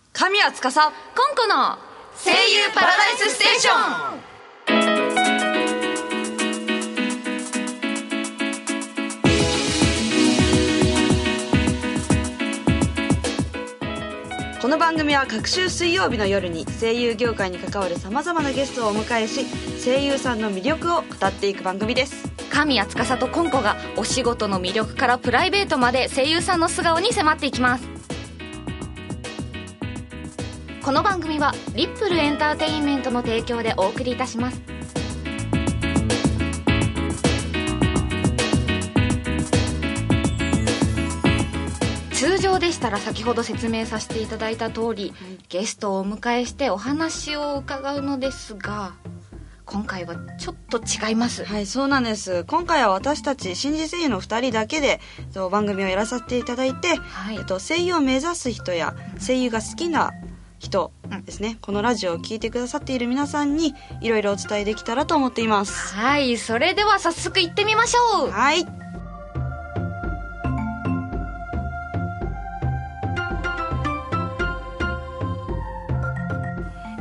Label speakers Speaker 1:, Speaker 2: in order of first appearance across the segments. Speaker 1: 司コンコの声優パラダイスステーション
Speaker 2: この番組は各週水曜日の夜に声優業界に関わるさまざまなゲストをお迎えし声優さんの魅力を語っていく番組です
Speaker 1: 神谷司とコンコがお仕事の魅力からプライベートまで声優さんの素顔に迫っていきますこの番組はリップルエンターテインメントの提供でお送りいたします通常でしたら先ほど説明させていただいた通り、ゲストをお迎えしてお話を伺うのですが今回はちょっと違います
Speaker 2: はいそうなんです今回は私たち新人声優の2人だけでえっと番組をやらさせていただいて、
Speaker 1: はい
Speaker 2: えっと、声優を目指す人や声優が好きな人ですね、このラジオを聞いてくださっている皆さんにいろいろお伝えできたらと思っています
Speaker 1: はいそれでは早速行ってみましょう
Speaker 2: はい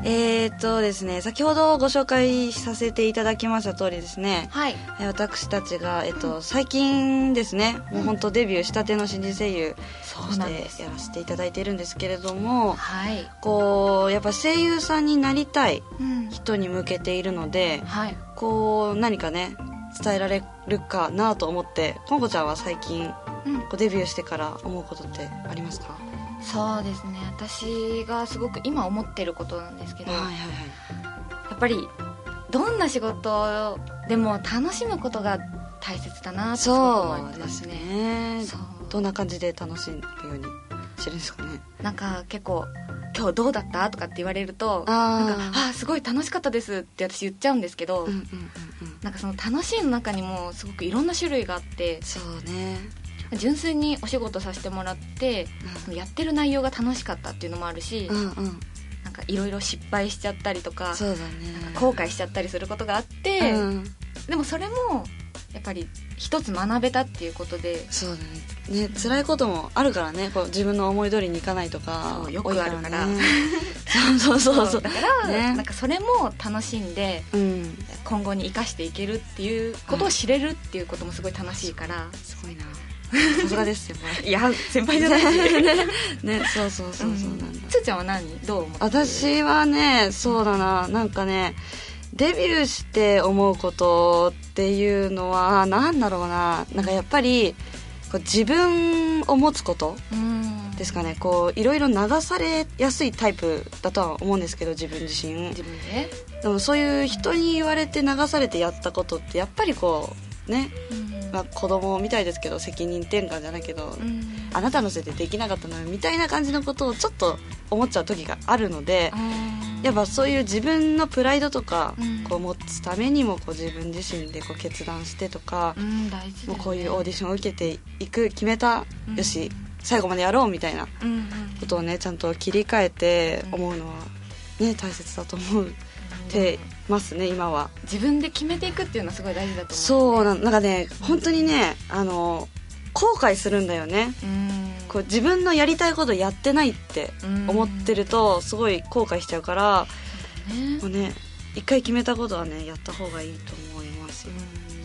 Speaker 2: えー、っとですね先ほどご紹介させていただきました通りですね
Speaker 1: はい
Speaker 2: え私たちが、えっと、最近ですね、もう本当デビューしたての新人声優
Speaker 1: そ
Speaker 2: と
Speaker 1: う
Speaker 2: し
Speaker 1: なんで
Speaker 2: て
Speaker 1: す
Speaker 2: やらせていただいているんですけれども
Speaker 1: はい、
Speaker 2: こうやっぱ声優さんになりたい
Speaker 1: うん、
Speaker 2: 人に向けているので
Speaker 1: はい
Speaker 2: こう何かね伝えられるかなと思ってこんこちゃんは最近
Speaker 1: うん
Speaker 2: こうデビューしてから思うことってありますか
Speaker 1: そうですね私がすごく今思ってることなんですけど、
Speaker 2: はい
Speaker 1: やっぱりどんな仕事でも楽しむことが大切だなってすごく思い
Speaker 2: そ
Speaker 1: ま
Speaker 2: う
Speaker 1: す
Speaker 2: ですね
Speaker 1: そう
Speaker 2: どんな感じで楽しんでるようにしてるんですかね
Speaker 1: なんか結構「今日どうだった?」とかって言われると「
Speaker 2: あー
Speaker 1: なんかあーすごい楽しかったです」って私言っちゃうんですけ
Speaker 2: うん
Speaker 1: ど、
Speaker 2: うんうんうん
Speaker 1: なんかその楽しいの中にもすごくいろんな種類があって
Speaker 2: そうね
Speaker 1: 純粋にお仕事させてもらってそのやってる内容が楽しかったっていうのもあるし、
Speaker 2: うんうんうん
Speaker 1: なんかいろいろ失敗しちゃったりとか
Speaker 2: そうだね
Speaker 1: なんか後悔しちゃったりすることがあって、
Speaker 2: うん
Speaker 1: でもそれもやっぱり一つ学べたっていうことで
Speaker 2: そうだねね辛いこともあるからねこう自分の思い通りにいかないとか
Speaker 1: そうよくある
Speaker 2: 多
Speaker 1: から
Speaker 2: いらねそうそうそうそう
Speaker 1: だから、
Speaker 2: ね
Speaker 1: なんかそれも楽しんで
Speaker 2: うん
Speaker 1: 今後に生かしていけるっていうことを知れるっていうこともすごい楽しいから、
Speaker 2: すごいなさすがです先輩
Speaker 1: いや先輩じゃないし
Speaker 2: ねそうそうそうそうなんだ、
Speaker 1: つーちゃんは何どう思ってる
Speaker 2: 私はねそうだななんかねデビューして思うことっていうのは何だろうななんかやっぱりこう自分を持つこと
Speaker 1: うん
Speaker 2: ですかねこういろいろ流されやすいタイプだとは思うんですけど自分自身
Speaker 1: 自分で、
Speaker 2: でもそういう人に言われて流されてやったことってやっぱりこうね、
Speaker 1: うん
Speaker 2: まあ、子供みたいですけど責任転換じゃないけど、
Speaker 1: うん
Speaker 2: あなたのせいでできなかったのよみたいな感じのことをちょっと思っちゃう時があるので、
Speaker 1: うん
Speaker 2: やっぱそういう自分のプライドとか、
Speaker 1: うん
Speaker 2: こう持つためにもこう自分自身でこう決断してとか
Speaker 1: う、ん大事だよね
Speaker 2: もうこういうオーディションを受けていく決めた、
Speaker 1: うん
Speaker 2: よし最後までやろうみたいな
Speaker 1: うんうん
Speaker 2: ことをねちゃんと切り替えて
Speaker 1: うん
Speaker 2: 思うのは、ね、大切だと思ってますね今は。
Speaker 1: 自分で決めていくっていうのはすごい大事だと思
Speaker 2: そうなんなんかね本当にねあの後悔するんだよね
Speaker 1: ううん
Speaker 2: こう自分のやりたいことやってないって
Speaker 1: うん
Speaker 2: 思ってるとすごい後悔しちゃうから
Speaker 1: ね
Speaker 2: もうね一回決めたことはねやった方がいいと思いますよ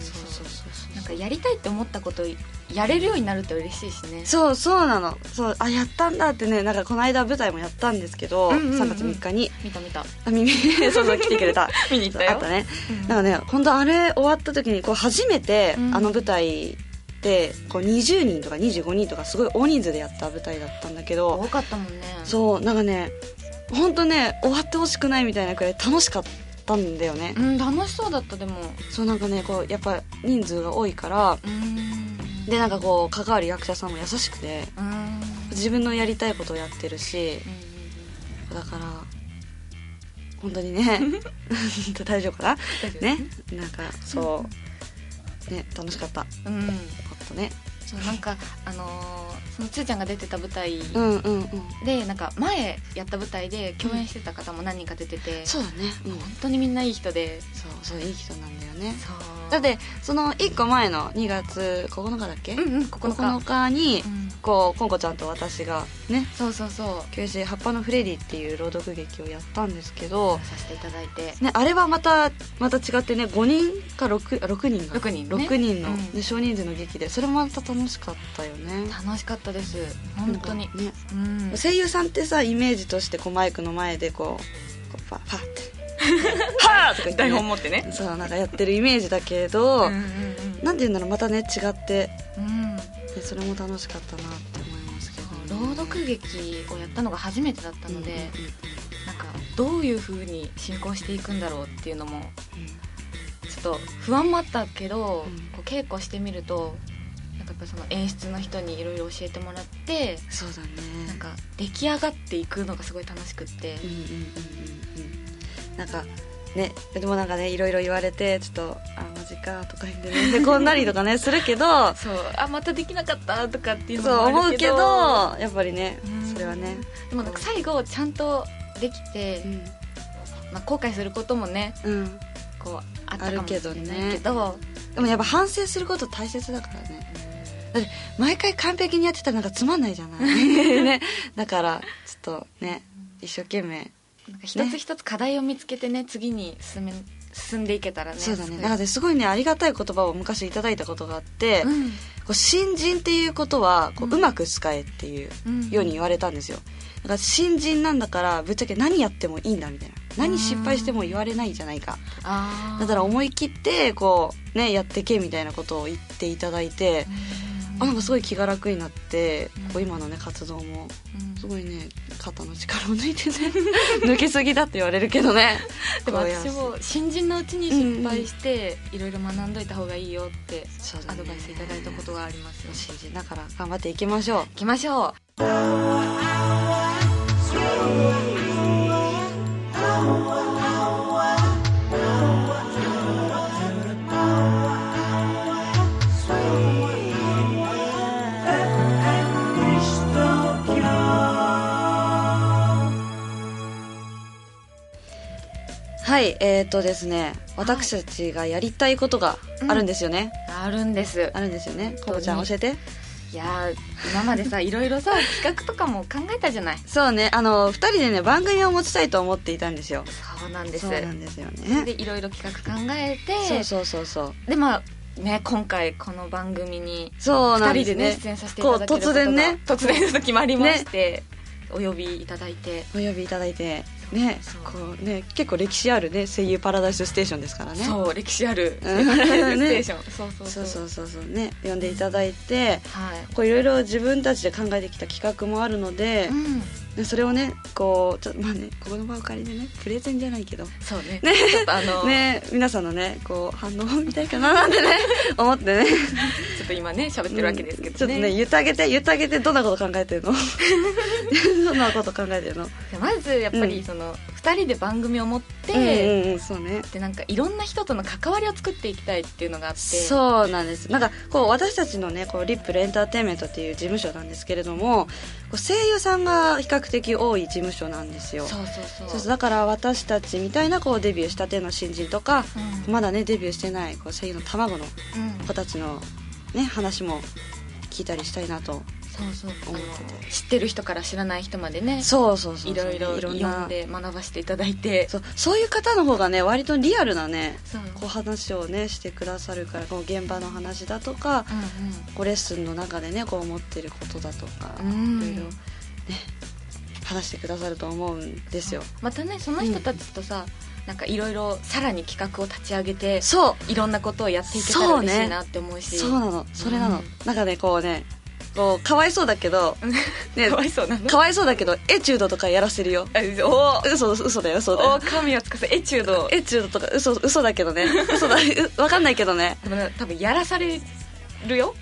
Speaker 1: そ
Speaker 2: そうう
Speaker 1: そ
Speaker 2: そうう
Speaker 1: そ
Speaker 2: そうそ
Speaker 1: う
Speaker 2: う
Speaker 1: なんかやりたいって思ったことをやれるようになると嬉しいしね
Speaker 2: そうそうなのそうあやったんだってねなんかこの間舞台もやったんですけど、
Speaker 1: うんうんうん
Speaker 2: 3月3日に
Speaker 1: 見た見た
Speaker 2: あ耳 そうそう来てくれた
Speaker 1: 見に行ったよ
Speaker 2: あったね
Speaker 1: うん
Speaker 2: なんかね本当あれ終わった時にこう初めて、
Speaker 1: うん
Speaker 2: あの舞台でこう20人とか25人とかすごい大人数でやった舞台だったんだけど
Speaker 1: 多かったもんね
Speaker 2: そうなんかね本当ね終わってほしくないみたいなくらい楽しかったんだよね、
Speaker 1: うん楽しそうだったでも
Speaker 2: そうなんかねこうやっぱ人数が多いから
Speaker 1: うん
Speaker 2: でなんかこう関わる役者さんも優しくて
Speaker 1: うんうん
Speaker 2: 自分のやりたいことをやってるしだから本当に ね大丈夫か
Speaker 1: 大丈夫
Speaker 2: なねなんかそうね楽しかった
Speaker 1: うん
Speaker 2: かったね
Speaker 1: そうなんかあのーそのつーちゃんが出てた舞台
Speaker 2: うんうんうん
Speaker 1: でなんか前やった舞台で共演してた方も何人か出てて
Speaker 2: そうだねうん
Speaker 1: 本当にみんないい人で
Speaker 2: そうそういい人なんだよね
Speaker 1: そう
Speaker 2: だってその1個前の2月9日だっけ、
Speaker 1: うんうんここの
Speaker 2: 9日に、
Speaker 1: うん
Speaker 2: こうこんこちゃんと私がね
Speaker 1: そうそうそ
Speaker 2: 休止「葉っぱのフレディ」っていう朗読劇をやったんですけ
Speaker 1: う
Speaker 2: ど、
Speaker 1: させていただいて
Speaker 2: ね、あれはまたまた違ってね5人か 6, 6人が
Speaker 1: 6人ね
Speaker 2: 6人の、
Speaker 1: うん
Speaker 2: ね少人数の劇でそれもまた楽しかったよね
Speaker 1: 楽しかったです本当に
Speaker 2: なんかね
Speaker 1: うん
Speaker 2: 声優さんってさイメージとしてこうマイクの前でこうこうパパ って 「はあ!」とか言って、
Speaker 1: 台本
Speaker 2: ね、
Speaker 1: 持ってね
Speaker 2: そうなんかやってるイメージだけど、
Speaker 1: うんうん
Speaker 2: なんて言うんだろうまたね違って
Speaker 1: うんうん
Speaker 2: でそれも楽しかったなって思いますけど、
Speaker 1: 朗読劇をやったのが初めてだったので、なんかどういう風に進行していくんだろうっていうの
Speaker 2: う
Speaker 1: も
Speaker 2: んうんうん
Speaker 1: ちょっと不安もあったけど、
Speaker 2: うん
Speaker 1: こう稽古してみるとなんかやっぱその演出の人にいろいろ教えてもらって
Speaker 2: そうだね
Speaker 1: なんか出来上がっていくのがすごい楽しくって
Speaker 2: うんうんうんうんうんなんかねでもなんかねいろいろ言われてちょっと「あマジか」とか言ってねへこんだりとか ねするけど
Speaker 1: そうあまたできなかったとかっていう
Speaker 2: そう
Speaker 1: のも
Speaker 2: 思
Speaker 1: あ
Speaker 2: う
Speaker 1: る
Speaker 2: け
Speaker 1: けど
Speaker 2: どやっぱりね
Speaker 1: うん
Speaker 2: それはね
Speaker 1: でもなんか最後ちゃんとできて、
Speaker 2: うん、
Speaker 1: まあ、後悔することもね
Speaker 2: うん、
Speaker 1: こうあったかもしれない
Speaker 2: ある
Speaker 1: け
Speaker 2: け
Speaker 1: ど
Speaker 2: でもやっぱ反省すること大切だからねだって毎回完璧にやってたらなんかつまんないじゃない ねだからちょっとね一生懸命
Speaker 1: なんか一つ一つ課題を見つけてね次に進め進んでいけたらね
Speaker 2: そうだね
Speaker 1: すごい
Speaker 2: なんかねすごいねありがたい言葉を昔いただいたことがあって、
Speaker 1: う
Speaker 2: こ
Speaker 1: ん
Speaker 2: う新人っていうことはこう,、
Speaker 1: う
Speaker 2: うんまく使えっていう
Speaker 1: うん
Speaker 2: ように言われたんですよだから新人なんだからぶっちゃけ何やってもいいんだみたいな何失敗しても言われないじゃないか
Speaker 1: あー
Speaker 2: だから思い切ってこうねやってけみたいなことを言っていただいて
Speaker 1: うん
Speaker 2: あなんかすごい気が楽になって
Speaker 1: うん
Speaker 2: こう今のね活動も
Speaker 1: うん
Speaker 2: すごいね肩の力を抜いてね 抜けすぎだって言われるけど ね
Speaker 1: でも
Speaker 2: こうや
Speaker 1: 私も新人のうちに失敗していろいろ学んどいた方がいいよって
Speaker 2: そうだ
Speaker 1: ア
Speaker 2: ね
Speaker 1: ドバイスいただいたことがありますよし
Speaker 2: 新人だから頑張っていきましょう
Speaker 1: 行きましょう
Speaker 2: はいえっ、ー、とですね私たちがやりたいことがあるんですよね、
Speaker 1: あるんです
Speaker 2: あるんですよね
Speaker 1: 当に
Speaker 2: こぼちゃん教えて
Speaker 1: いやー今までさいろいろさ企画とかも考えたじゃない
Speaker 2: そうねあの2人でね番組を持ちたいと思っていたんですよ
Speaker 1: そうなんで
Speaker 2: そ
Speaker 1: す
Speaker 2: うなんですよ
Speaker 1: それ
Speaker 2: ね
Speaker 1: でいろいろ企画考えて
Speaker 2: そうそうそうそう
Speaker 1: でまあね今回この番組に
Speaker 2: そうな
Speaker 1: 2
Speaker 2: んです
Speaker 1: 人でね
Speaker 2: ね
Speaker 1: 出演させていただけること
Speaker 2: こう突然ね
Speaker 1: が突然ちょっと決まりまして、お呼びいただいて、
Speaker 2: お呼びいただいてね
Speaker 1: そう
Speaker 2: こうね結構歴史あるね声優パラダイスステーションですからね
Speaker 1: そう歴史ある「パ
Speaker 2: う
Speaker 1: ラ
Speaker 2: ん
Speaker 1: ダイスステーション」そうそう
Speaker 2: そ
Speaker 1: そうう
Speaker 2: そうそうそうね呼んでいただいて
Speaker 1: はい、
Speaker 2: こういろいろ自分たちで考えてきた企画もあるので
Speaker 1: う、ん、
Speaker 2: ねそれをねこうちょっとまあねここの場を借りてねプレゼンじゃないけど
Speaker 1: そうねちょっとあの、
Speaker 2: ね皆さんのねこう反応を見たい かななんてね思ってね
Speaker 1: ちょっと今ね喋ってるわけですけ
Speaker 2: うんちょ
Speaker 1: ど
Speaker 2: っと
Speaker 1: ね,、
Speaker 2: ね言ってあげて言ってあげてどんなこと考えてるの どんなこと考えてるの
Speaker 1: まずやっぱ
Speaker 2: う
Speaker 1: り
Speaker 2: ん
Speaker 1: その2人で番組を持って、
Speaker 2: うんうんうん、そうね
Speaker 1: でなんかいろんな人との関わりを作っていきたいっていうのがあって
Speaker 2: そうなんですなんかこう私たちのねこうリップルエンターテインメントっていう事務所なんですけれどもこう声優さんが比較的多い事務所なんですよ
Speaker 1: そうそうそう
Speaker 2: そうそうだから私たちみたいなこうデビューしたての新人とか
Speaker 1: うん
Speaker 2: まだねデビューしてないこう声優の卵の
Speaker 1: うん
Speaker 2: 子たちのね話も聞いたりしたいなと
Speaker 1: そうそうあ
Speaker 2: 思
Speaker 1: の
Speaker 2: ってて
Speaker 1: 知ってる人から知らない人までね
Speaker 2: そうそうそうそう
Speaker 1: いろいろ
Speaker 2: ん
Speaker 1: 読
Speaker 2: なん
Speaker 1: で学ばせていただいて
Speaker 2: そうそういう方の方がね割とリアルなね
Speaker 1: そう
Speaker 2: こう話をねしてくださるからこう現場の話だとかこうレッスンの中でねこう思ってることだとか
Speaker 1: うんうん
Speaker 2: いろいろね話してくださると思うんですよ
Speaker 1: またねその人たちとさ、なんかいろいろさらに企画を立ち上げて
Speaker 2: そう
Speaker 1: いろんなことをやっていけたら嬉しいなって思うし
Speaker 2: そうなのそれなの、
Speaker 1: うん
Speaker 2: なんかねこうねこうかわいそうだけ どね
Speaker 1: かわいそうなの
Speaker 2: かわいそうだけどエチュードとかやらせるよ
Speaker 1: お
Speaker 2: 嘘嘘だよ嘘だ
Speaker 1: おお
Speaker 2: よ
Speaker 1: 神をつかせエチュード
Speaker 2: エチュードとか嘘嘘だけど ね嘘だうわかんないけどね
Speaker 1: でもね多分やらされるよ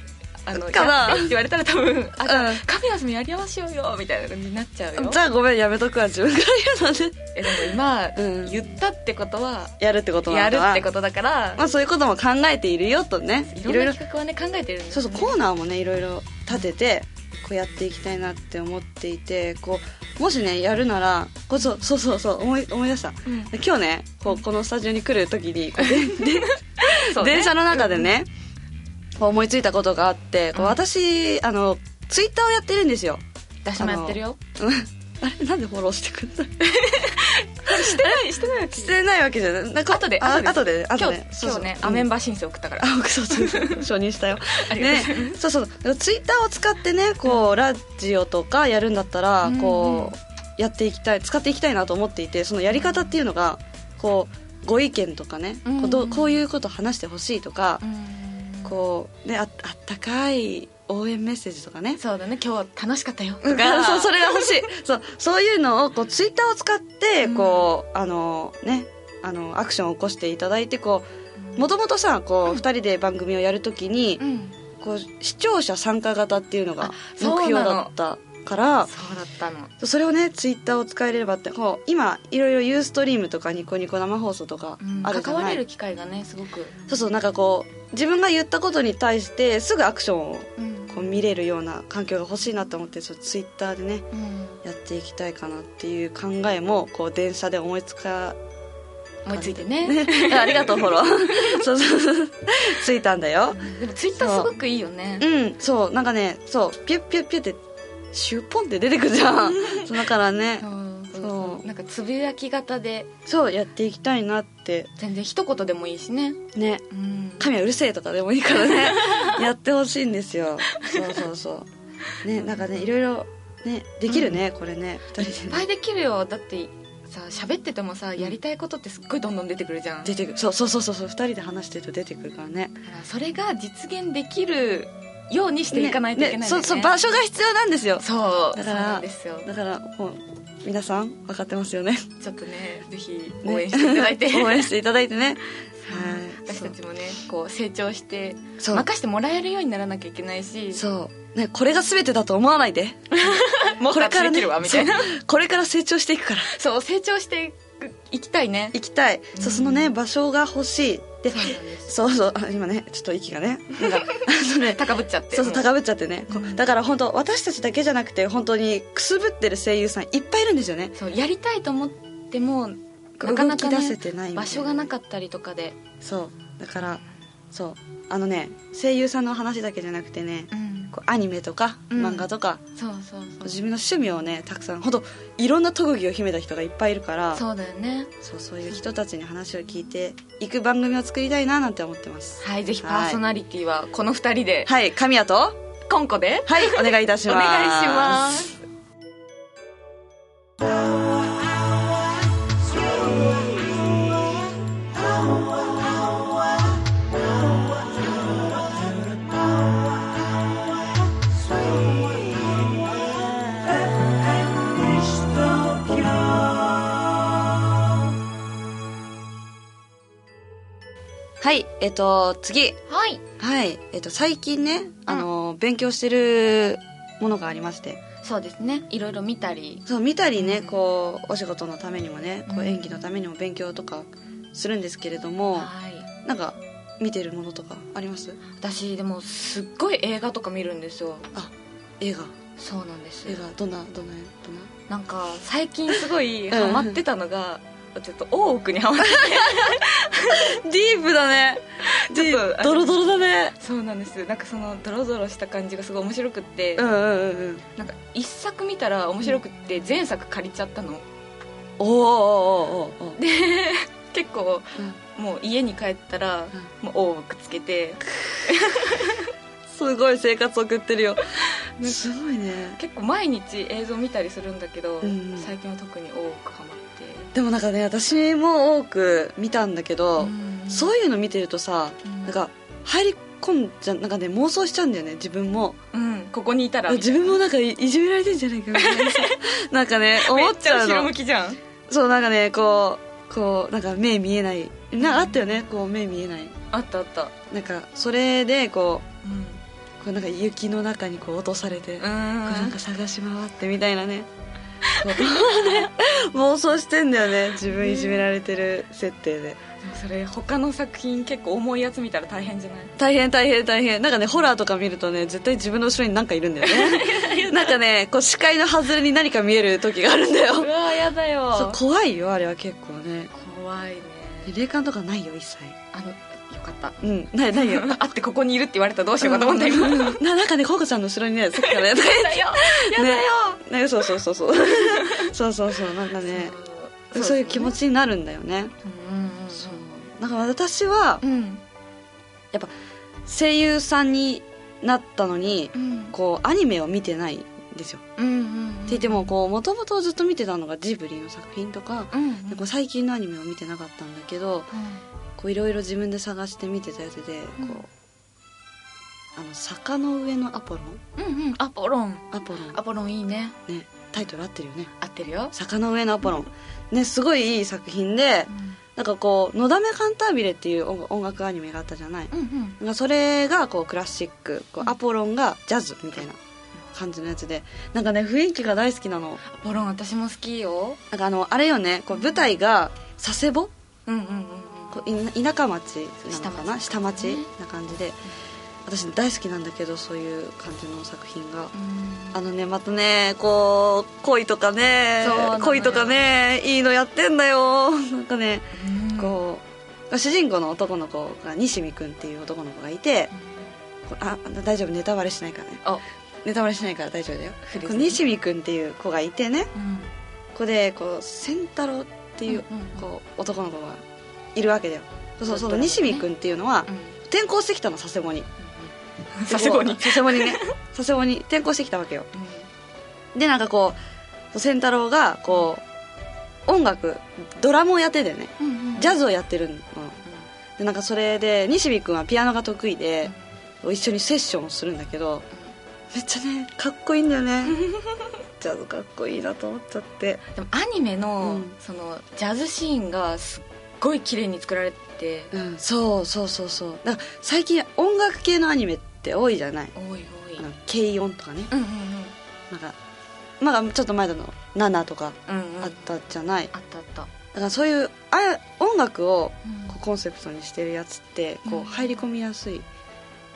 Speaker 1: あの
Speaker 2: かな
Speaker 1: やってって言われたら多分「あじゃあ
Speaker 2: うん
Speaker 1: 神谷さんもやりましょうよ」みたいな感じになっちゃうよ
Speaker 2: じゃあごめんやめとくわ自分から言うのね
Speaker 1: えでも今、
Speaker 2: うん
Speaker 1: 言ったってことは
Speaker 2: やるってこと
Speaker 1: や
Speaker 2: な
Speaker 1: る
Speaker 2: の
Speaker 1: っ
Speaker 2: か
Speaker 1: てことだから、
Speaker 2: まあそういうことも考えているよとね
Speaker 1: いろんな企画はね考えてるんで
Speaker 2: そ
Speaker 1: す
Speaker 2: う
Speaker 1: よ
Speaker 2: そう
Speaker 1: ね
Speaker 2: コーナーもねいろいろ立ててこうやっていきたいなって思っていてこうもしねやるならこうそうそうそうそう思い思い出した
Speaker 1: うん
Speaker 2: 今日ねこうこのスタジオに来る時にこうでで
Speaker 1: そうね
Speaker 2: 電車の中でね、こう思いついたことがあって、こう
Speaker 1: うん
Speaker 2: 私あのツイッターをやってるんですよ
Speaker 1: 私もやってるよ
Speaker 2: あれなんでフォローしてくんない
Speaker 1: してないしてないわけ
Speaker 2: してないわけじゃないなんか
Speaker 1: 後で
Speaker 2: あ
Speaker 1: 後
Speaker 2: 後で
Speaker 1: 今日
Speaker 2: 後で
Speaker 1: 今
Speaker 2: そうそう
Speaker 1: 日ね
Speaker 2: うん
Speaker 1: アメンバー申請送ったから
Speaker 2: あ、僕そうそうそう承認したよ。
Speaker 1: ありがとう
Speaker 2: ね
Speaker 1: ございま、
Speaker 2: そうそう、ツイッターを使ってね、こう、ラジオとかやるんだったら、
Speaker 1: うんうん
Speaker 2: こうやっていきたい、使っていきたいなと思っていて、そのやり方っていうのがこうご意見とかね、
Speaker 1: うんうん
Speaker 2: こうどうこういうこと話してほしいとか、
Speaker 1: うん
Speaker 2: こうねああったかい応援メッセージとかね。
Speaker 1: そうだね今日は楽しかったよ
Speaker 2: う
Speaker 1: と
Speaker 2: ん
Speaker 1: か
Speaker 2: そうそれが欲しいそうそういうのをこうツイッターを使って
Speaker 1: うん
Speaker 2: こう、あのねあのアクションを起こしていただいてこうもともとさこう、二人で番組をやるときに、
Speaker 1: うん
Speaker 2: こう視聴者参加型っていうのが
Speaker 1: あ
Speaker 2: 目
Speaker 1: そう
Speaker 2: 標
Speaker 1: なの
Speaker 2: だったから
Speaker 1: そうだったの
Speaker 2: それをねツイッターを使えればってこう今いろいろユーストリームとかニコニコ生放送とか
Speaker 1: うん
Speaker 2: あるじゃ
Speaker 1: 関わ
Speaker 2: な
Speaker 1: れ
Speaker 2: い、
Speaker 1: る機会がねすごく
Speaker 2: そうそうなんかこう自分が言ったことに対してすぐアクションを
Speaker 1: うん
Speaker 2: こう見れるような環境が欲しいなと思ってそうツイッターでね
Speaker 1: うん
Speaker 2: やっていきたいかなっていう考えもこう電車で思いつか
Speaker 1: 思いついてね
Speaker 2: ね ありがとうフォローそうそうそうついたんだよ
Speaker 1: でもツイッターすごくいいよね
Speaker 2: うんそうなんかねそうピュッピュッピュッってシュッポンって出てくじゃんそうだからね
Speaker 1: うんそう
Speaker 2: そう
Speaker 1: なんかつぶやき型で
Speaker 2: そうやっていきたいなって
Speaker 1: 全然一言でもいいしね
Speaker 2: ね
Speaker 1: うん
Speaker 2: 神はうるせえとかでもいいから ねやってほしいんですよそうそうそうねなんかねいろいろねできるね、これね二
Speaker 1: い
Speaker 2: 人
Speaker 1: っ
Speaker 2: で
Speaker 1: ぱ
Speaker 2: ね
Speaker 1: いできるよだってさ喋っててもさやりたいことってすっごいどんどん出てくるじゃんだ
Speaker 2: 出てくるそうそうそうそうそう二人で話してると出てくるからね
Speaker 1: からそれが実現できるようにしていかないといけないんだよ
Speaker 2: そう
Speaker 1: ね
Speaker 2: そう場所が必要なんですよ
Speaker 1: そう
Speaker 2: だ
Speaker 1: そう
Speaker 2: から
Speaker 1: なんですよ
Speaker 2: だからもう皆さん分かってますよね
Speaker 1: ちょっとねぜひ
Speaker 2: ね
Speaker 1: 応援していただい て、
Speaker 2: 応援していただいて ねはい
Speaker 1: 私たちもねこう成長して
Speaker 2: そう
Speaker 1: 任してもらえるようにならなきゃいけないし
Speaker 2: そう、ね、これが全てだと思わないで
Speaker 1: もっ
Speaker 2: こ
Speaker 1: と
Speaker 2: れからね
Speaker 1: 私できるわみたいな
Speaker 2: そうこれから成長していくから
Speaker 1: そう成長していきたいね
Speaker 2: 行きたい、そううんそのね場所が欲しいで
Speaker 1: そうなんです
Speaker 2: そうそうあ今ねちょっと息がねなんか あのね
Speaker 1: 高ぶっちゃって
Speaker 2: そうそう
Speaker 1: も
Speaker 2: 高ぶっちゃってね、こう
Speaker 1: うん
Speaker 2: だから本当私たちだけじゃなくて本当にくすぶってる声優さんいっぱいいるんですよね
Speaker 1: うそうやりたいと思ってもなか
Speaker 2: 動
Speaker 1: な
Speaker 2: き
Speaker 1: か、
Speaker 2: 出せ
Speaker 1: ね、
Speaker 2: てないみたい
Speaker 1: 場所がなかったりとかで、
Speaker 2: そうだからそうあのね声優さんの話だけじゃなくてね
Speaker 1: うん、
Speaker 2: こうアニメとか
Speaker 1: うん
Speaker 2: 漫画とか、
Speaker 1: そうそうそ
Speaker 2: 自分の趣味をねたくさんほんといろんな特技を秘めた人がいっぱいいるから
Speaker 1: うそうだよね
Speaker 2: そうそういう人たちに話を聞いていく番組を作りたいななんて思ってます
Speaker 1: はいぜひパ
Speaker 2: はい
Speaker 1: ーソナリティはこの2人で、
Speaker 2: はい神谷とは
Speaker 1: コンコで
Speaker 2: いお願いいたし
Speaker 1: お
Speaker 2: ます
Speaker 1: 願いします
Speaker 2: はいえっと次
Speaker 1: はい
Speaker 2: はいえっと最近ねあの、勉強してるものがありまして
Speaker 1: そうですねいろいろ見たり
Speaker 2: そう見たりねこうお仕事のためにもねこ
Speaker 1: う
Speaker 2: うん演技のためにも勉強とかするんですけれども、
Speaker 1: はい
Speaker 2: なんか見てるものとかあります
Speaker 1: 私でもすっごい映画とか見るんですよ
Speaker 2: 映画
Speaker 1: そうなんです
Speaker 2: 映画どんなどんなどんな
Speaker 1: なんか最近すごい
Speaker 2: うん
Speaker 1: ハマってたのが、ちょっと大奥にハマって
Speaker 2: ディープだね
Speaker 1: ちょっと
Speaker 2: ドロドロだね
Speaker 1: そうなんですなんかそのドロドロした感じがすごい面白くって、
Speaker 2: うんうんうんうん
Speaker 1: なんか一作見たら面白くって前作借りちゃったの
Speaker 2: おーおーおーおーおー
Speaker 1: 結構もう家に帰ったら、もう大奥つけて
Speaker 2: すごい生活送ってるよ
Speaker 1: ね
Speaker 2: すごいね
Speaker 1: 結構毎日映像見たりするんだけど、
Speaker 2: うんうん
Speaker 1: 最近は特に大奥ハマっ
Speaker 2: でもなんかね私も多く見たんだけど、
Speaker 1: て
Speaker 2: そういうの見てるとさ
Speaker 1: うん
Speaker 2: なんか入り込んじゃなんかね妄想しちゃうんだよね自分も
Speaker 1: うんここにいたら
Speaker 2: 自分もなんかいいじめられてんじゃないかみたいな さなんかね
Speaker 1: め
Speaker 2: 思
Speaker 1: っ
Speaker 2: っ
Speaker 1: ち
Speaker 2: ち
Speaker 1: ゃ
Speaker 2: ゃ
Speaker 1: 後ろ
Speaker 2: う
Speaker 1: 向
Speaker 2: の
Speaker 1: きじゃん
Speaker 2: そうなんかねこうこうなんか目見えないなんかあったよねこう目見えない
Speaker 1: あったあった
Speaker 2: なんかそれでこ
Speaker 1: うん
Speaker 2: うこうなんか雪の中にこう落とされて、
Speaker 1: う
Speaker 2: こうんなんか探し回ってみたいなねこうね妄想してんだよね 自分いじめられてる設定で
Speaker 1: でもそれ他の作品結構重いやつ見たら大変じゃない
Speaker 2: 大変大変大変なんかねホラーとか見るとね絶対自分の後ろに 何かいるんだよねなんかねこう視界の外れに何か見える時があるんだよ
Speaker 1: わーやだ
Speaker 2: そう怖いよあれは結構ね
Speaker 1: 怖いね
Speaker 2: で霊感とかないよ一切
Speaker 1: あのよかった
Speaker 2: うん、な何よ
Speaker 1: 会ってここにいるって言われたらどうしようかと思った今
Speaker 2: うんうん ななんかねコウコちゃんの後ろにねさっ きからね
Speaker 1: だよ
Speaker 2: やだよ、ねね、そうそうそう そうそうそうそうなんかねそういう気持
Speaker 1: ち
Speaker 2: ちになるんだよね
Speaker 1: うんうん
Speaker 2: そうだから私は
Speaker 1: うん
Speaker 2: 声優さんになったのに
Speaker 1: うん
Speaker 2: こうアニメを見てないんですよ、
Speaker 1: うんうん
Speaker 2: って言ってもこうもともとずっと見てたのがジブリの作品とか、
Speaker 1: うんうん
Speaker 2: でこう最近のアニメを見てなかったんだけどこういろいろ自分で探して見てたやつでこう、
Speaker 1: うん
Speaker 2: あの坂の上のアポロン
Speaker 1: うんうんうんアポロン
Speaker 2: アポロン
Speaker 1: アポロンいいね
Speaker 2: ねタイトル合ってるよね
Speaker 1: 合ってるよ
Speaker 2: 坂の上のアポロン、ねすごいいい作品でなんかこう「のだめカンタービレ」っていう音音楽アニメがあったじゃない
Speaker 1: うんうん
Speaker 2: なんかそれがこうクラシックこ
Speaker 1: う
Speaker 2: うんアポロンがジャズみたいな感じのやつでなんかね雰囲気が大好きなの
Speaker 1: アポロン私も好きよ
Speaker 2: なんかあのあれよねこう舞台が佐世保
Speaker 1: うんうんうんうん
Speaker 2: こうい田舎町なのかな
Speaker 1: 下
Speaker 2: 下
Speaker 1: 町
Speaker 2: 町,、
Speaker 1: ね
Speaker 2: な感じで私大好きなんだけどそういう感じの作品が
Speaker 1: うん
Speaker 2: あのねまたねこう恋とかね
Speaker 1: そうなのよ
Speaker 2: 恋とかねいいのやってんだよなんかね
Speaker 1: うん
Speaker 2: こう主人公の男の子が西見君っていう男の子がいてこうあ大丈夫ネタバレしないからね
Speaker 1: あ
Speaker 2: ネタバレしないから大丈夫だよ
Speaker 1: 触れ
Speaker 2: こ
Speaker 1: ず
Speaker 2: う
Speaker 1: に
Speaker 2: 西見君っていう子がいてね
Speaker 1: うん
Speaker 2: ここでこう仙太郎っていう,、
Speaker 1: うんうんうん
Speaker 2: こう男の子がいるわけだよそうそうそ
Speaker 1: ド
Speaker 2: の
Speaker 1: ラマね
Speaker 2: 西見君っていうのは
Speaker 1: うん
Speaker 2: 転校してきたの佐世保に
Speaker 1: うん佐世保に
Speaker 2: 佐世保にね 佐世保に転校してきたわけよでなんかこう仙太郎がこう音楽ドラムをやっててね
Speaker 1: うん
Speaker 2: ジャズをやってるのでなんかそれで西見君はピアノが得意で一緒にセッションをするんだけどめっちゃねかっこいいんだよね ジャズかっこいいなと思っちゃって
Speaker 1: でもアニメの,、
Speaker 2: うん
Speaker 1: そのジャズシーンがすっごい綺麗に作られて
Speaker 2: うんそうそうそうそうだから最近音楽系のアニメって多いじゃない
Speaker 1: おいおい
Speaker 2: あの軽音とかね
Speaker 1: うんうん
Speaker 2: なんかまだちょっと前だの「ナナ」とか
Speaker 1: うんうんうん
Speaker 2: あったじゃない、だ
Speaker 1: あったあっ
Speaker 2: か
Speaker 1: た、
Speaker 2: らそういうあ音楽を
Speaker 1: うん
Speaker 2: こうコンセプトにしてるやつってこ
Speaker 1: うん
Speaker 2: う入り込みやすい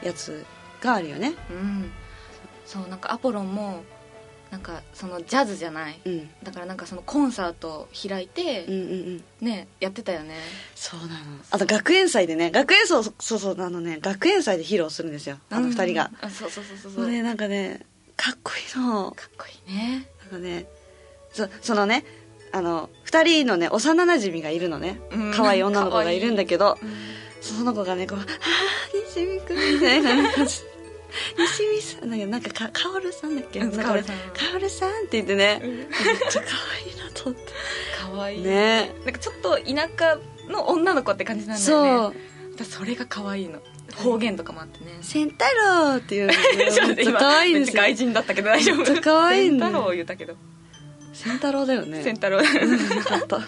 Speaker 2: やつがあるよね
Speaker 1: うんそうなんかアポロンもなんかそのジャズじゃない
Speaker 2: うん
Speaker 1: だからなんかそのコンサート開いて
Speaker 2: うん、うんうん
Speaker 1: ねやってたよね
Speaker 2: そうなのあと学園祭でね学園そうそうそうあのね学園祭で披露するんですよあの二人が、
Speaker 1: うん、あそうそうそうそう
Speaker 2: もうねなんかねかっこいいの
Speaker 1: かっこいいね
Speaker 2: なんかねそそのねあの二人のね幼馴染がいるのね
Speaker 1: うん
Speaker 2: 可愛い女の子がいるんだけど、
Speaker 1: うん
Speaker 2: その子がねこう「ああ西見 くん」みたいな感じ西見さんなんかなんかか薫さんだっけ
Speaker 1: う
Speaker 2: な
Speaker 1: ん
Speaker 2: んかね
Speaker 1: 薫さん
Speaker 2: 薫さんって言ってね
Speaker 1: う
Speaker 2: めっ
Speaker 1: ん
Speaker 2: ちゃ可愛いなと思っ
Speaker 1: 可愛
Speaker 2: て
Speaker 1: い
Speaker 2: ね
Speaker 1: なんかちょっと田舎の女の子って感じなんだよね
Speaker 2: そう
Speaker 1: だからそれが可愛いの方言とかもあって
Speaker 2: 「
Speaker 1: ね
Speaker 2: 千太郎」っていうの がめっちゃ
Speaker 1: 今
Speaker 2: 可愛いんですよ
Speaker 1: めっちゃ外人だったけど大丈夫
Speaker 2: めっちゃ可愛いんだ
Speaker 1: センタロウ言ったけど
Speaker 2: 千太郎だよ
Speaker 1: セン
Speaker 2: ね
Speaker 1: タロウ
Speaker 2: よかった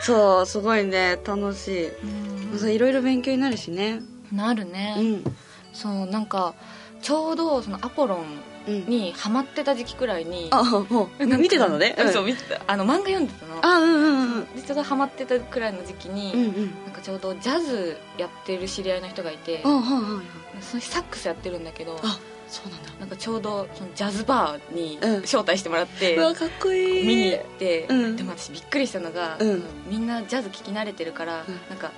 Speaker 2: そうすごいね楽しいそういろいろ勉強になるしね
Speaker 1: なる
Speaker 2: う
Speaker 1: ね
Speaker 2: ん
Speaker 1: そうなんかちょうどそのアポロン
Speaker 2: うん
Speaker 1: にハマってた時期くらいに
Speaker 2: あもう
Speaker 1: なんか
Speaker 2: 見てたのねうん
Speaker 1: そう見てたあの漫画読んでたの
Speaker 2: あうんうんうん
Speaker 1: でちょうどハマってたくらいの時期
Speaker 2: う
Speaker 1: に
Speaker 2: んうん
Speaker 1: なんかちょうどジャズやってる知り合いの人がいて
Speaker 2: あはいはいはい
Speaker 1: その人サックスやってるんだけど
Speaker 2: あそうなんだ
Speaker 1: なんかちょうどそのジャズバーに
Speaker 2: うん
Speaker 1: 招待してもらって、
Speaker 2: うわかっこいい
Speaker 1: 見に行って、
Speaker 2: うん
Speaker 1: でも私びっくりしたのが、
Speaker 2: うん
Speaker 1: みんなジャズ聴き慣れてるから、
Speaker 2: うん
Speaker 1: なんか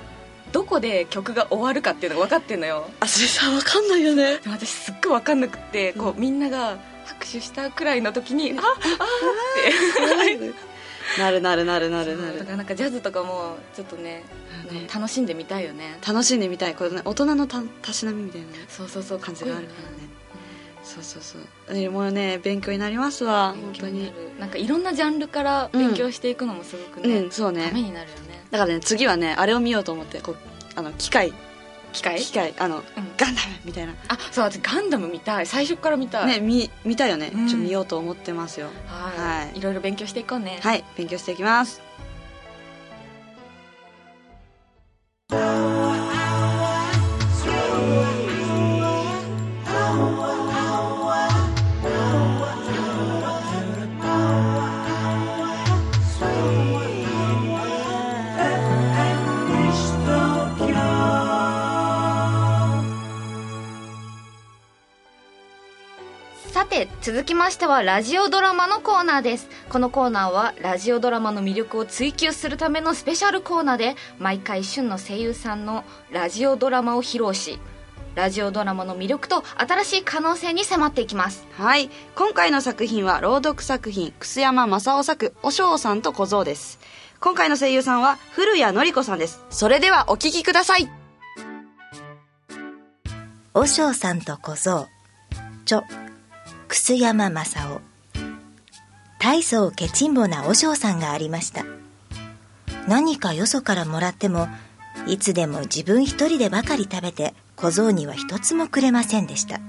Speaker 1: どこで曲が終わるかっていうのが分かってんのよ
Speaker 2: あそれさわかんないよね
Speaker 1: でも私すっごい分かんなくってこ
Speaker 2: う
Speaker 1: う、みんなが拍手したくらいの時に、ああ
Speaker 2: なるなるなるなるな
Speaker 1: だ
Speaker 2: る
Speaker 1: からなんかジャズとかもちょっとね
Speaker 2: ね
Speaker 1: 楽しんでみたいよね
Speaker 2: 楽しんでみたいこれね大人のたたしなみみたいな
Speaker 1: そうそうそう
Speaker 2: 感じがあるか
Speaker 1: から
Speaker 2: ねそうそうそうねもうね勉強になりますわ
Speaker 1: 本
Speaker 2: 本
Speaker 1: 当
Speaker 2: 当
Speaker 1: に
Speaker 2: に
Speaker 1: なるなんかいろんなジャンルから勉強していくのもすごくね、
Speaker 2: うんそう
Speaker 1: ため
Speaker 2: ね
Speaker 1: になるよね
Speaker 2: だからね次はねあれを見ようと思ってこうあの機械
Speaker 1: 機械、
Speaker 2: 機械あの
Speaker 1: うん、
Speaker 2: ガンダムみたいな
Speaker 1: あそう私ガンダム見たい最初から見たい
Speaker 2: ね見見たよねち
Speaker 1: うん
Speaker 2: ょっと見ようと思ってますよ
Speaker 1: はい、
Speaker 2: はい
Speaker 1: い、ろいろ勉強していこうね
Speaker 2: はい勉強していきます
Speaker 1: さて続きましてはラジオドラマのコーナーですこのコーナーはラジオドラマの魅力を追求するためのスペシャルコーナーで毎回旬の声優さんのラジオドラマを披露しラジオドラマの魅力と新しい可能性に迫っていきます
Speaker 2: はい今回の作品は朗読作品楠山正夫作お尚さんと小僧です今回の声優さんは古谷のり子さんですそれではお聞きください
Speaker 3: 和尚さんと小僧著楠山正夫大層ケチンボな和尚さんがありました何かよそからもらってもいつでも自分一人でばかり食べて小僧には一つもくれませんでした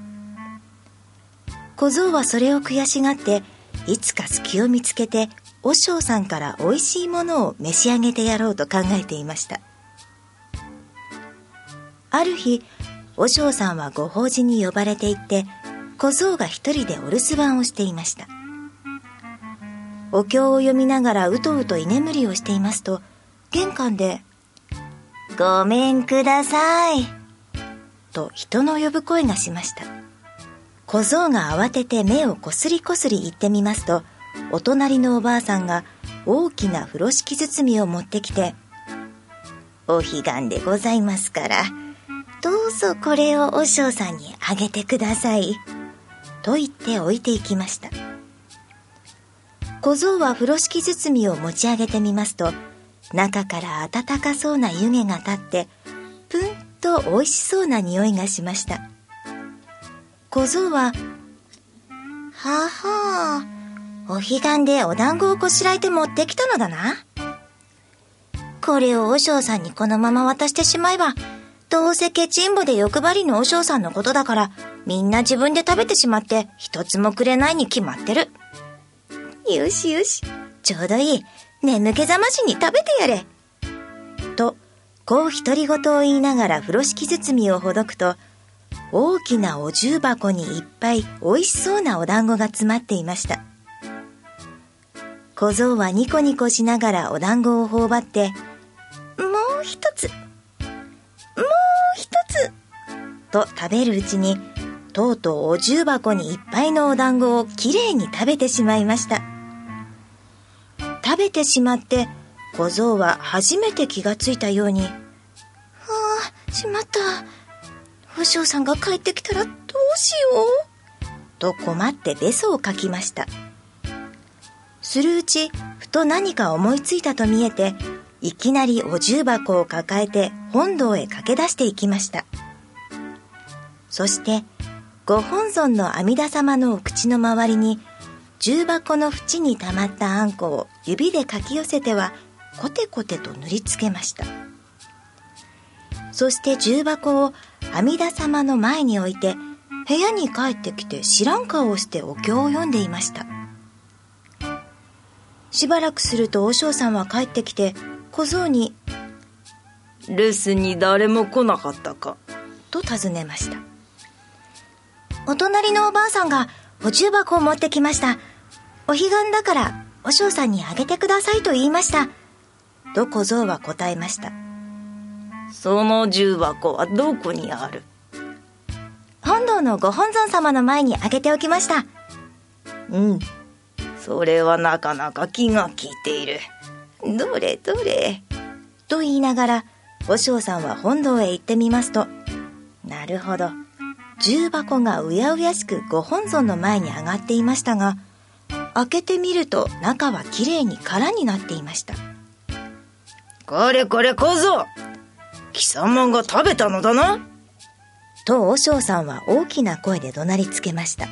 Speaker 3: 小僧はそれを悔しがっていつか隙を見つけて和尚さんから美味しいものを召し上げてやろうと考えていましたある日和尚さんはご法事に呼ばれていって小僧が一人でお留守番をしていましたお経を読みながらうとうと居眠りをしていますと玄関で「ごめんください」と人の呼ぶ声がしました小僧が慌てて目をこすりこすり行ってみますとお隣のおばあさんが大きな風呂敷包みを持ってきて「お彼岸でございますから」どうぞこれを和尚さんにあげてください」と言って置いていきました小僧は風呂敷包みを持ち上げてみますと中から温かそうな湯気が立ってプンと美味しそうな匂いがしました小僧は「ははあお彼岸でお団子をこしらえて持ってきたのだな」これを和尚さんにこのまま渡してしまえばどうせケチンボで欲張りのお尚さんのことだから、みんな自分で食べてしまって、一つもくれないに決まってる。よしよし、ちょうどいい。眠気覚ましに食べてやれ。と、こう独り言を言いながら風呂敷包みをほどくと、大きなお重箱にいっぱい美味しそうなお団子が詰まっていました。小僧はニコニコしながらお団子を頬張って、もう一つ、もう一つと食べるうちにとうとうお重箱にいっぱいのお団子をきれいに食べてしまいました食べてしまって小僧は初めて気がついたように「はあしまった和尚さんが帰ってきたらどうしよう」と困ってべそをかきましたするうちふと何か思いついたと見えていきなりお重箱を抱えて本堂へ駆け出していきましたそしてご本尊の阿弥陀様のお口の周りに重箱の縁にたまったあんこを指でかき寄せてはコテコテと塗りつけましたそして重箱を阿弥陀様の前に置いて部屋に帰ってきて知らん顔をしてお経を読んでいましたしばらくすると和尚さんは帰ってきて小僧に「留守に誰も来なかったか」と尋ねましたお隣のおばあさんがお重箱を持ってきましたお彼岸だから和尚さんにあげてくださいと言いましたと小僧は答えましたその重箱はどこにある本堂のご本尊様の前にあげておきましたうんそれはなかなか気が利いている。どれどれ。と言いながら、和尚さんは本堂へ行ってみますと、なるほど。重箱がうやうやしくご本尊の前に上がっていましたが、開けてみると中はきれいに空になっていました。
Speaker 4: これこれ小僧貴様が食べたのだな
Speaker 3: と和尚さんは大きな声で怒鳴りつけました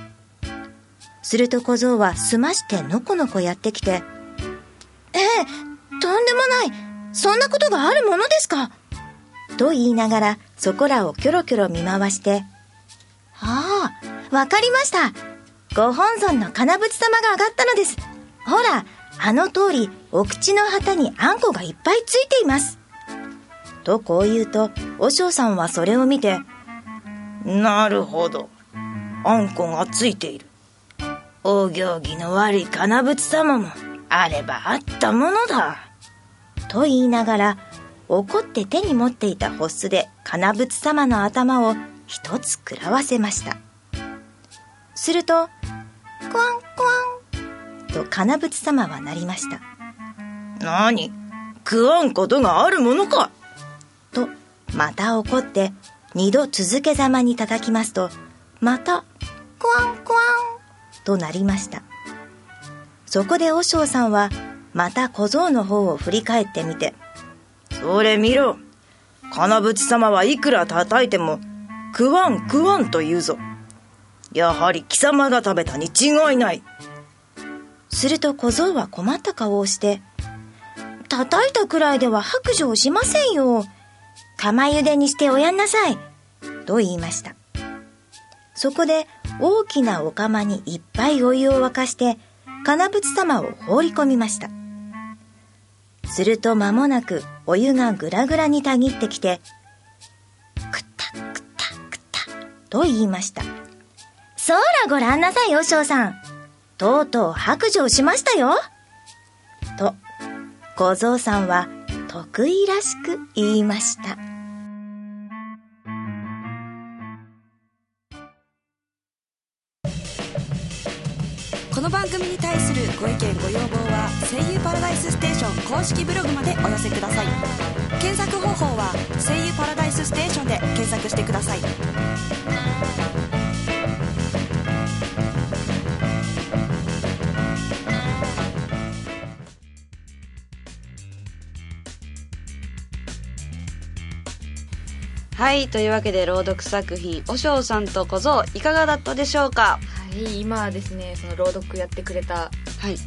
Speaker 3: すると小僧はすましてのこのこやってきて「ええとんでもないそんなことがあるものですか!」と言いながらそこらをキョロキョロ見回して「ああわかりましたご本尊の金淵様が上がったのですほらあの通りお口の旗にあんこがいっぱいついています」とこう言うと和尚さんはそれを見て「
Speaker 4: なるほどあんこがついているお行儀の悪い金淵様もあればあったものだ
Speaker 3: と言いながら怒って手に持っていたホッスで金仏様の頭を一つ食らわせましたすると「コワンコワン」と金仏様はなりました
Speaker 4: 何食わんことがあるものか
Speaker 3: とまた怒って二度続けざまに叩きますとまた「コワンコワン」となりましたそこで和尚さんはまた小僧の方を振り返ってみて
Speaker 4: それ見ろ金淵様はいくら叩いても食わん食わんと言うぞやはり貴様が食べたに違いない
Speaker 3: すると小僧は困った顔をして「叩いたくらいでは白状しませんよ釜茹でにしておやんなさい」と言いましたそこで大きなお釜にいっぱいお湯を沸かして金淵様を放り込みましたすると間もなくお湯がぐらぐらにたぎってきて「くたくたくた」と言いました「そらご覧なさい和尚さんとうとう白状しましたよ」と小僧さんは得意らしく言いました
Speaker 5: この番組に対するご意見ご要望は「声優パラダイスステーション」公式ブログまでお寄せください検索方法は「声優パラダイスステーション」で検索してください
Speaker 2: はいというわけで朗読作品「おしょうさんと小僧」いかがだったでしょうか
Speaker 1: はい今ですねその朗読やってくれた
Speaker 2: はい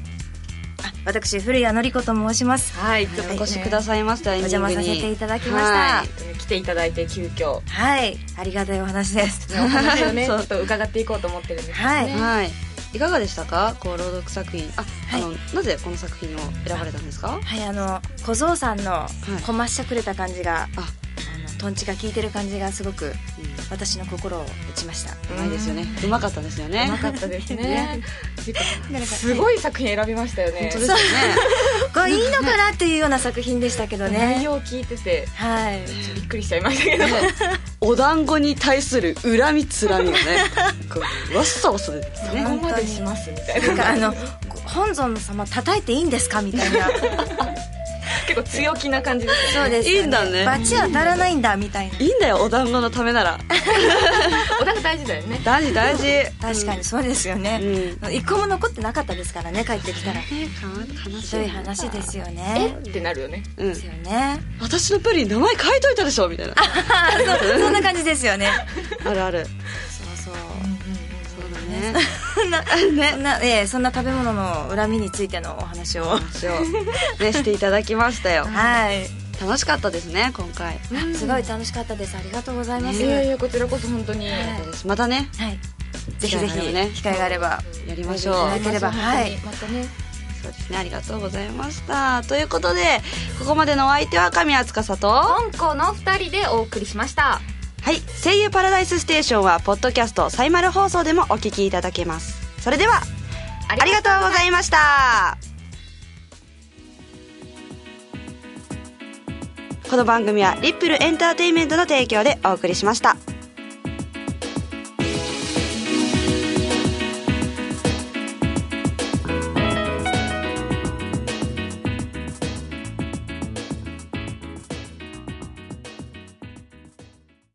Speaker 3: 私古谷のり子と申します
Speaker 1: はいちょっ
Speaker 2: お
Speaker 1: と
Speaker 2: 越しくだ
Speaker 1: さ
Speaker 2: さいましたエンディングに
Speaker 3: お邪魔させていただきました
Speaker 2: はい
Speaker 1: い来ていただいて急遽
Speaker 3: はいありがたいお話です
Speaker 1: お話をねち
Speaker 2: そ
Speaker 1: ょ
Speaker 2: う
Speaker 1: っと伺っていこうと思ってるんですけど
Speaker 3: はい
Speaker 1: ね
Speaker 2: はい、いかがでしたかこう朗読作品あ,、
Speaker 3: はい
Speaker 2: あのなぜこの作品を選ばれたんですか
Speaker 3: はいあの小僧さんの
Speaker 2: い
Speaker 3: こましゃくれた感じが、
Speaker 2: あ
Speaker 3: あのトンチが効いてる感じがすごく
Speaker 2: う
Speaker 3: 私の心を打ちました
Speaker 2: んうまいですよねうまかったですよね
Speaker 1: うまかったですねてかすごい作品選びましたよ
Speaker 2: 本
Speaker 1: ね
Speaker 2: 当ですよね
Speaker 3: これいいのかなっていうような作品でしたけど
Speaker 1: 内
Speaker 3: ね
Speaker 1: 容聞いてて
Speaker 3: はい
Speaker 1: ちょっとびっくりしちゃいましたけど
Speaker 2: お団子に対する恨みつらみがねこうわっさわさです
Speaker 1: ここ
Speaker 2: ね
Speaker 1: までしますみたいな
Speaker 3: なんかあの本尊様叩いていいんですかみた いな
Speaker 1: 結構強気な感じです
Speaker 3: そうですよ
Speaker 2: いいんだね
Speaker 3: バチ当たらないんだみたいない
Speaker 2: いんだよお団子のためなら
Speaker 1: お互い大事だよね
Speaker 2: 大事大事
Speaker 3: 確かにそうですよね、
Speaker 2: うん
Speaker 3: 一個も残ってなかったですからね帰ってきたらひ
Speaker 2: ねか悲しい
Speaker 3: どい話ですよ
Speaker 1: え
Speaker 3: ね
Speaker 1: ってなるよね
Speaker 2: うん
Speaker 3: ですよね
Speaker 2: 私のプリン名前書いといたでしょみたいな
Speaker 3: そうそんな感じですよね
Speaker 2: あるある
Speaker 3: そうそう
Speaker 2: そうだね
Speaker 3: そんなそんなええそんな食べ物の恨みについてのお話を
Speaker 2: 話をねしていただきましたよ
Speaker 3: はい
Speaker 2: 楽しかったですね今回
Speaker 3: すごい楽しかったですありがとうございます、
Speaker 1: いやいやこちらこそ本当に
Speaker 2: またね
Speaker 3: はいぜひぜ
Speaker 2: 機会があれ
Speaker 3: ひ、
Speaker 2: ばね
Speaker 3: 機会があれば
Speaker 2: やりましょう
Speaker 3: いただければはい
Speaker 1: またね
Speaker 2: そうですねありがとうございましたということでここまでのお相手は神谷司とは
Speaker 1: 本校の2人でお送りしました
Speaker 2: い「声優パラダイスステーション」はポッドキャスト「サイマル放送」でもお聞きいただけますそれでは
Speaker 1: あ
Speaker 2: ありがとうございましたこの番組はリップルエンターテインメントの提供でお送りしました